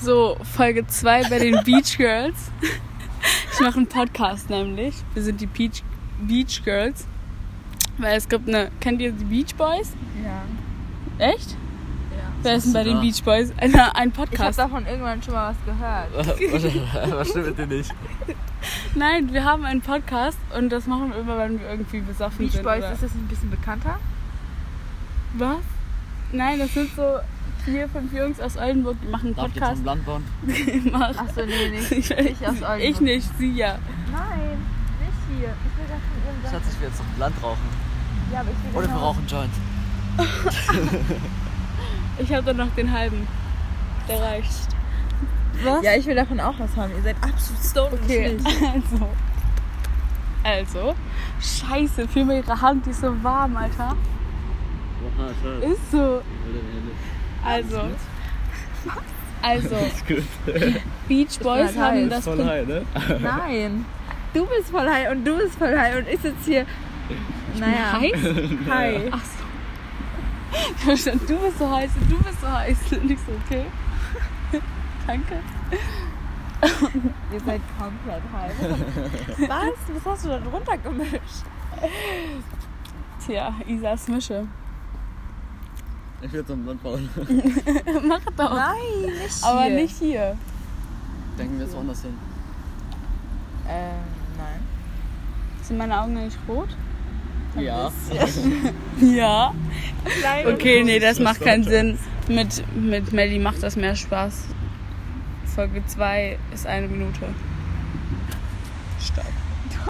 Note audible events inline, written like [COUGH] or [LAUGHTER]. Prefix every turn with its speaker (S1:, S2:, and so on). S1: So, Folge 2 bei den Beach Girls. Ich mache einen Podcast nämlich. Wir sind die Peach, Beach Girls. Weil es gibt eine. Kennt ihr die Beach Boys?
S2: Ja.
S1: Echt? Wer ist denn
S3: hast
S1: bei
S3: du
S1: den
S3: da?
S1: Beach Boys? Eine, ein
S2: Ich habe
S1: Podcast.
S2: davon irgendwann schon mal was gehört.
S3: Was stimmt mit dir nicht?
S1: Nein, wir haben einen Podcast und das machen wir immer, wenn wir irgendwie besoffen
S2: Beach
S1: sind.
S2: Boys,
S1: oder-
S2: ist das ein bisschen bekannter?
S1: Was? Nein, das sind so vier, fünf Jungs aus Oldenburg, die machen einen
S3: Darf ich jetzt
S1: Podcast.
S3: vom Land bauen?
S1: Mach.
S2: Achso, nee, nicht. [LAUGHS] Ich aus
S1: [LAUGHS]
S2: Oldenburg.
S1: Ich nicht, sie ja.
S2: Nein, nicht hier. Ich will das von ihrem
S3: Schatz, ich will jetzt vom Land rauchen.
S2: Ja, aber ich will
S3: Oder wir
S2: genau-
S3: rauchen Joint.
S1: Ich habe dann noch den halben. Der reicht. Was?
S2: Ja, ich will davon auch was haben. Ihr seid absolut stoned.
S1: Okay, also. Also. Scheiße, fühl mal ihre Hand, die ist so warm, Alter.
S3: Oha, Schatz.
S1: Ist so. Also. [LAUGHS] Also, Beach Boys
S2: halt
S1: haben
S2: heiß.
S1: das Prinzip. [LAUGHS]
S3: ne?
S2: Nein. Du bist voll high und du bist voll high und ich sitze hier. naja.
S1: Heiß?
S2: High.
S1: Ach so. Ich hab verstanden, [LAUGHS] du bist so heiß und du bist so heiß. [LAUGHS] Und ich so, okay. Danke.
S2: Ihr seid komplett high. [LAUGHS] Was? Was hast du da drunter gemischt?
S1: Tja, Isas Mische. [LAUGHS]
S3: Ich will zum Land bauen.
S1: Mach doch.
S2: Nein, nicht
S1: Aber nicht hier.
S3: Denken wir jetzt woanders hin.
S2: Ähm, nein.
S1: Sind meine Augen eigentlich rot?
S3: Ja.
S1: Ja.
S2: Nein.
S1: Okay, nee, das macht keinen Sinn. Mit, mit Melly macht das mehr Spaß. Folge 2 ist eine Minute. Stopp.